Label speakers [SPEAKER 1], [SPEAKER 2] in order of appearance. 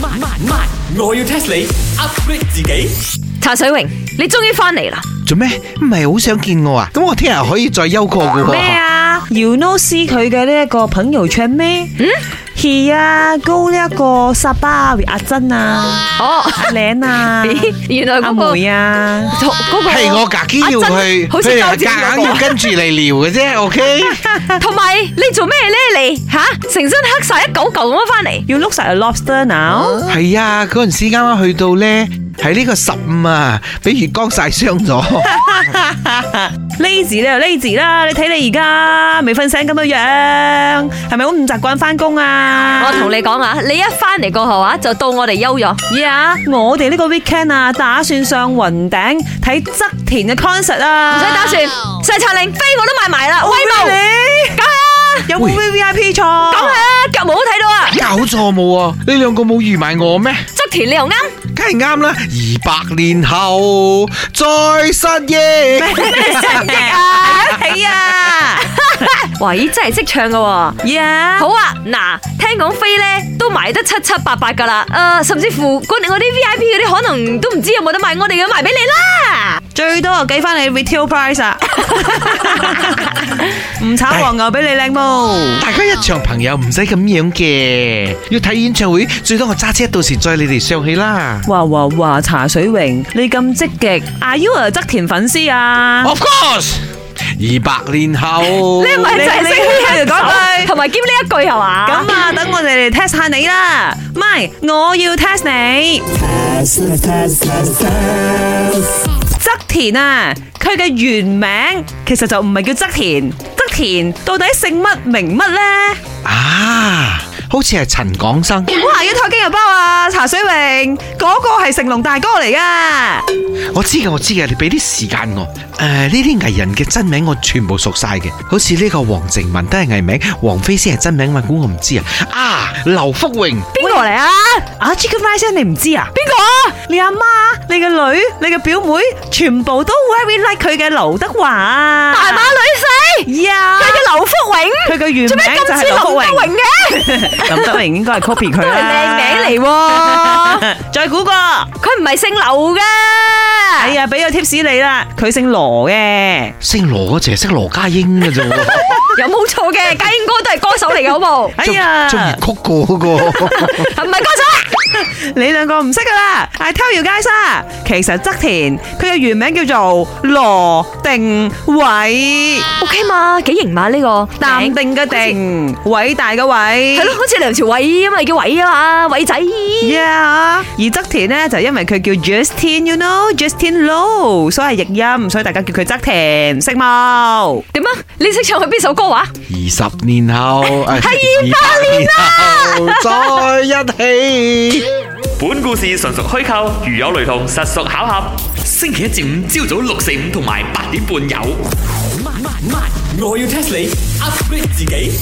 [SPEAKER 1] 慢慢慢，我要 test 你 upgrade 自己。
[SPEAKER 2] 茶水榮，你終於翻嚟啦！
[SPEAKER 3] 做咩？唔係好想見我啊？咁我聽日可以再休過嘅
[SPEAKER 2] 咩
[SPEAKER 3] 喎。
[SPEAKER 2] 啊？
[SPEAKER 4] You know see 佢嘅呢一個朋友唱咩？嗯，He 啊，Go 呢一個沙巴啊阿珍啊，
[SPEAKER 2] 哦，
[SPEAKER 4] 阿靚啊，
[SPEAKER 2] 咦原來
[SPEAKER 4] 阿
[SPEAKER 2] 嗰個
[SPEAKER 4] 梅啊，
[SPEAKER 2] 同嗰個
[SPEAKER 3] 係我格機要去，
[SPEAKER 2] 阿珍好似
[SPEAKER 3] 佢
[SPEAKER 2] 周
[SPEAKER 3] 係
[SPEAKER 2] 子
[SPEAKER 3] 夾硬要跟住嚟聊嘅啫。OK，
[SPEAKER 2] 同埋你做咩咧？你吓成身黑晒一嚿嚿咁樣翻嚟，
[SPEAKER 4] 要 look 晒 lobster now。
[SPEAKER 3] 係啊，嗰陣時啱啱去到咧，喺呢個十五啊，俾月光曬傷 咗。
[SPEAKER 4] lazy 咧，lazy 啦，你睇你而家未瞓醒咁嘅樣，係咪好唔習慣翻工啊？
[SPEAKER 2] 我同你講啊，你一翻嚟過後啊，就到我哋休咗。
[SPEAKER 4] 呀我哋呢個 weekend 啊，打算上雲頂睇側田嘅 concert 啊，
[SPEAKER 2] 唔使打算，細查令飛我都買埋啦，威武！
[SPEAKER 4] 你
[SPEAKER 2] 梗係啊，
[SPEAKER 4] 有
[SPEAKER 3] 喂
[SPEAKER 4] 冇 V V I P 錯？
[SPEAKER 2] 梗係啊，腳毛都睇到 啊，
[SPEAKER 3] 搞錯冇啊！你兩個冇預埋我咩？
[SPEAKER 2] 側田你又啱，
[SPEAKER 3] 梗係啱啦！二百年後再失憶，
[SPEAKER 4] 係啊，
[SPEAKER 2] 喂，真係識唱噶喎。
[SPEAKER 4] 呀，
[SPEAKER 2] 好啊，嗱，聽講飛咧都埋得七七八八噶啦，誒、甚至乎我哋我啲 V I P 嗰啲可能都唔知有冇得賣，我哋要賣俾你啦。
[SPEAKER 4] 最多就計翻你 retail price 啊，唔炒黃牛俾你靚毛。
[SPEAKER 3] 大家一場朋友唔使咁樣嘅，要睇演唱會最多我揸車到時載你哋上去啦。
[SPEAKER 4] 哇哇哇！茶水榮，你咁積極，Are you a 側田粉絲啊？
[SPEAKER 3] Of course，二百年後
[SPEAKER 2] 你唔係就係識呢一
[SPEAKER 4] 你講
[SPEAKER 2] 句，
[SPEAKER 4] 句
[SPEAKER 2] 同埋兼呢一句係嘛？
[SPEAKER 4] 咁啊，等我哋嚟 test 下你啦。咪，我要 test 你。側田啊，佢嘅原名其實就唔係叫側田，側田到底姓乜名乜呢？
[SPEAKER 3] 啊，好似係陳廣生，
[SPEAKER 4] 哇！要托雞肉包啊，茶水榮，嗰、個係成龍大哥嚟噶。
[SPEAKER 3] 我知嘅，我知嘅，你俾啲時間我。誒、呢啲藝人嘅真名我全部熟晒嘅，好似呢個黃靜文都係藝名，王菲先係真名嘛，估我唔知啊。啊，劉福榮。
[SPEAKER 2] 邊個嚟啊？
[SPEAKER 4] 啊，Chicken Rice 你唔知啊？
[SPEAKER 2] 邊個啊？
[SPEAKER 4] 你阿媽、你嘅女、你嘅表妹，全部都 very like 佢嘅劉德華啊！
[SPEAKER 2] 大馬女婿，
[SPEAKER 4] 呀
[SPEAKER 2] 佢！叫劉福榮，
[SPEAKER 4] 佢嘅原名
[SPEAKER 2] 做
[SPEAKER 4] 就
[SPEAKER 2] 咩咁
[SPEAKER 4] 係
[SPEAKER 2] 似林
[SPEAKER 4] 劉
[SPEAKER 2] 德
[SPEAKER 4] 福榮，
[SPEAKER 2] 榮嘅？
[SPEAKER 4] 林德榮應該係 copy 佢
[SPEAKER 2] 都係
[SPEAKER 4] 啦。
[SPEAKER 2] 靚名嚟喎，
[SPEAKER 4] 嚟，再估個。
[SPEAKER 2] 佢唔係姓劉噶。
[SPEAKER 4] 哎呀，俾個 tips 你啦，佢姓羅嘅。
[SPEAKER 3] 姓羅嗰隻係識羅家英嘅啫 喎，
[SPEAKER 2] 有冇錯嘅？家英哥都係歌手嚟嘅，好冇？
[SPEAKER 4] 哎
[SPEAKER 3] 中中
[SPEAKER 4] 呀
[SPEAKER 3] 粵，曲嗰個
[SPEAKER 2] 係唔係歌手啊？
[SPEAKER 4] 你兩個唔識噶啦，I à. tell you guys à. 啊，其實側田佢嘅原名叫做羅定偉，
[SPEAKER 2] O K 嘛，幾型嘛呢個
[SPEAKER 4] 淡定嘅定，偉大嘅偉
[SPEAKER 2] 係。咯，好似梁朝偉啊嘛，叫偉啊嘛，偉仔。
[SPEAKER 4] Yeah，而側田咧就因為佢叫 Justin，you know Justin Low，所以係譯音，所以大家叫佢側田，識冇？
[SPEAKER 2] 點啊？你識唱佢邊首歌話？
[SPEAKER 3] 二十年後係
[SPEAKER 2] 係
[SPEAKER 3] 二百年啊後再一起。
[SPEAKER 5] 本故事純屬虛構，如有雷同，實屬巧合。星期一至五朝早六四五同埋八點半有。
[SPEAKER 1] 慢慢慢，我要 test 你 upgrade 自己。